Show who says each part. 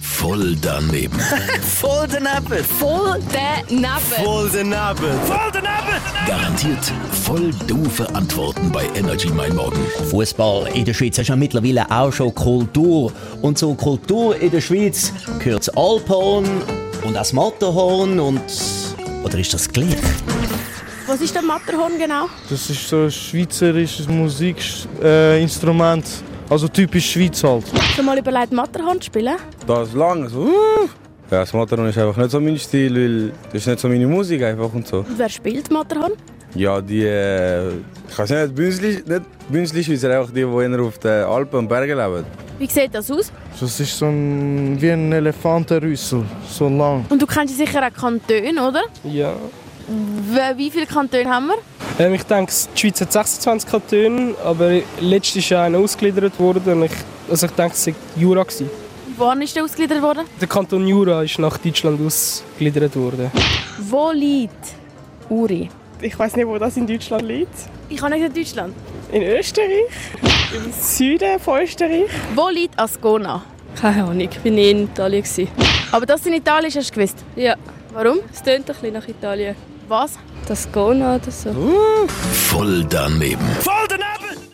Speaker 1: Voll daneben.
Speaker 2: Voll daneben.
Speaker 3: Voll daneben.
Speaker 2: Voll daneben.
Speaker 1: Garantiert voll doofe Antworten bei Energy Mein Morgen.
Speaker 4: Fußball in der Schweiz ist ja mittlerweile auch schon Kultur. Und zur Kultur in der Schweiz gehört das Alphorn und das Matterhorn und. Oder ist das gleich?
Speaker 5: Was ist der Matterhorn genau?
Speaker 6: Das ist so ein schweizerisches Musikinstrument. also typisch Schweiz halt.
Speaker 5: Hast du mal überlegt, Matterhorn zu spielen?
Speaker 6: Das lange so. Uh. Ja, das Matterhorn ist einfach nicht so mein Stil, weil das ist nicht so meine Musik einfach und so.
Speaker 5: Und wer spielt Matterhorn?
Speaker 6: Ja, die. Äh, ich weiß nicht, Bünzli, nicht Bünzli-Schweizer, einfach die, die eher auf den Alpen und Bergen leben.
Speaker 5: Wie sieht das aus?
Speaker 6: Das ist so ein, wie ein Elefantenrüssel, so lang.
Speaker 5: Und du kennst sicher auch Kantone, oder?
Speaker 7: Ja.
Speaker 5: W- Wie viele Kantone haben wir?
Speaker 7: Ähm, ich denke, die Schweiz hat 26 Kantone, aber letztes ist ja einer ausgegliedert worden. Und ich, also ich denke, es war Jura. Gewesen.
Speaker 5: Wann ist der ausgegliedert worden?
Speaker 7: Der Kanton Jura ist nach Deutschland ausgegliedert worden.
Speaker 5: Wo liegt Uri?
Speaker 8: Ich weiß nicht, wo das in Deutschland liegt.
Speaker 5: Ich habe nicht gesagt Deutschland.
Speaker 8: In Österreich? Im Süden von Österreich?
Speaker 5: Wo liegt Ascona?
Speaker 9: Keine Ahnung, ich war nie in Italien. gewesen.
Speaker 5: Aber das in Italien hast du gewusst.
Speaker 9: Ja,
Speaker 5: Warum?
Speaker 9: es tönt ein bisschen nach Italien.
Speaker 5: Was?
Speaker 9: Das Gona oder so.
Speaker 1: Voll daneben.
Speaker 2: Voll daneben.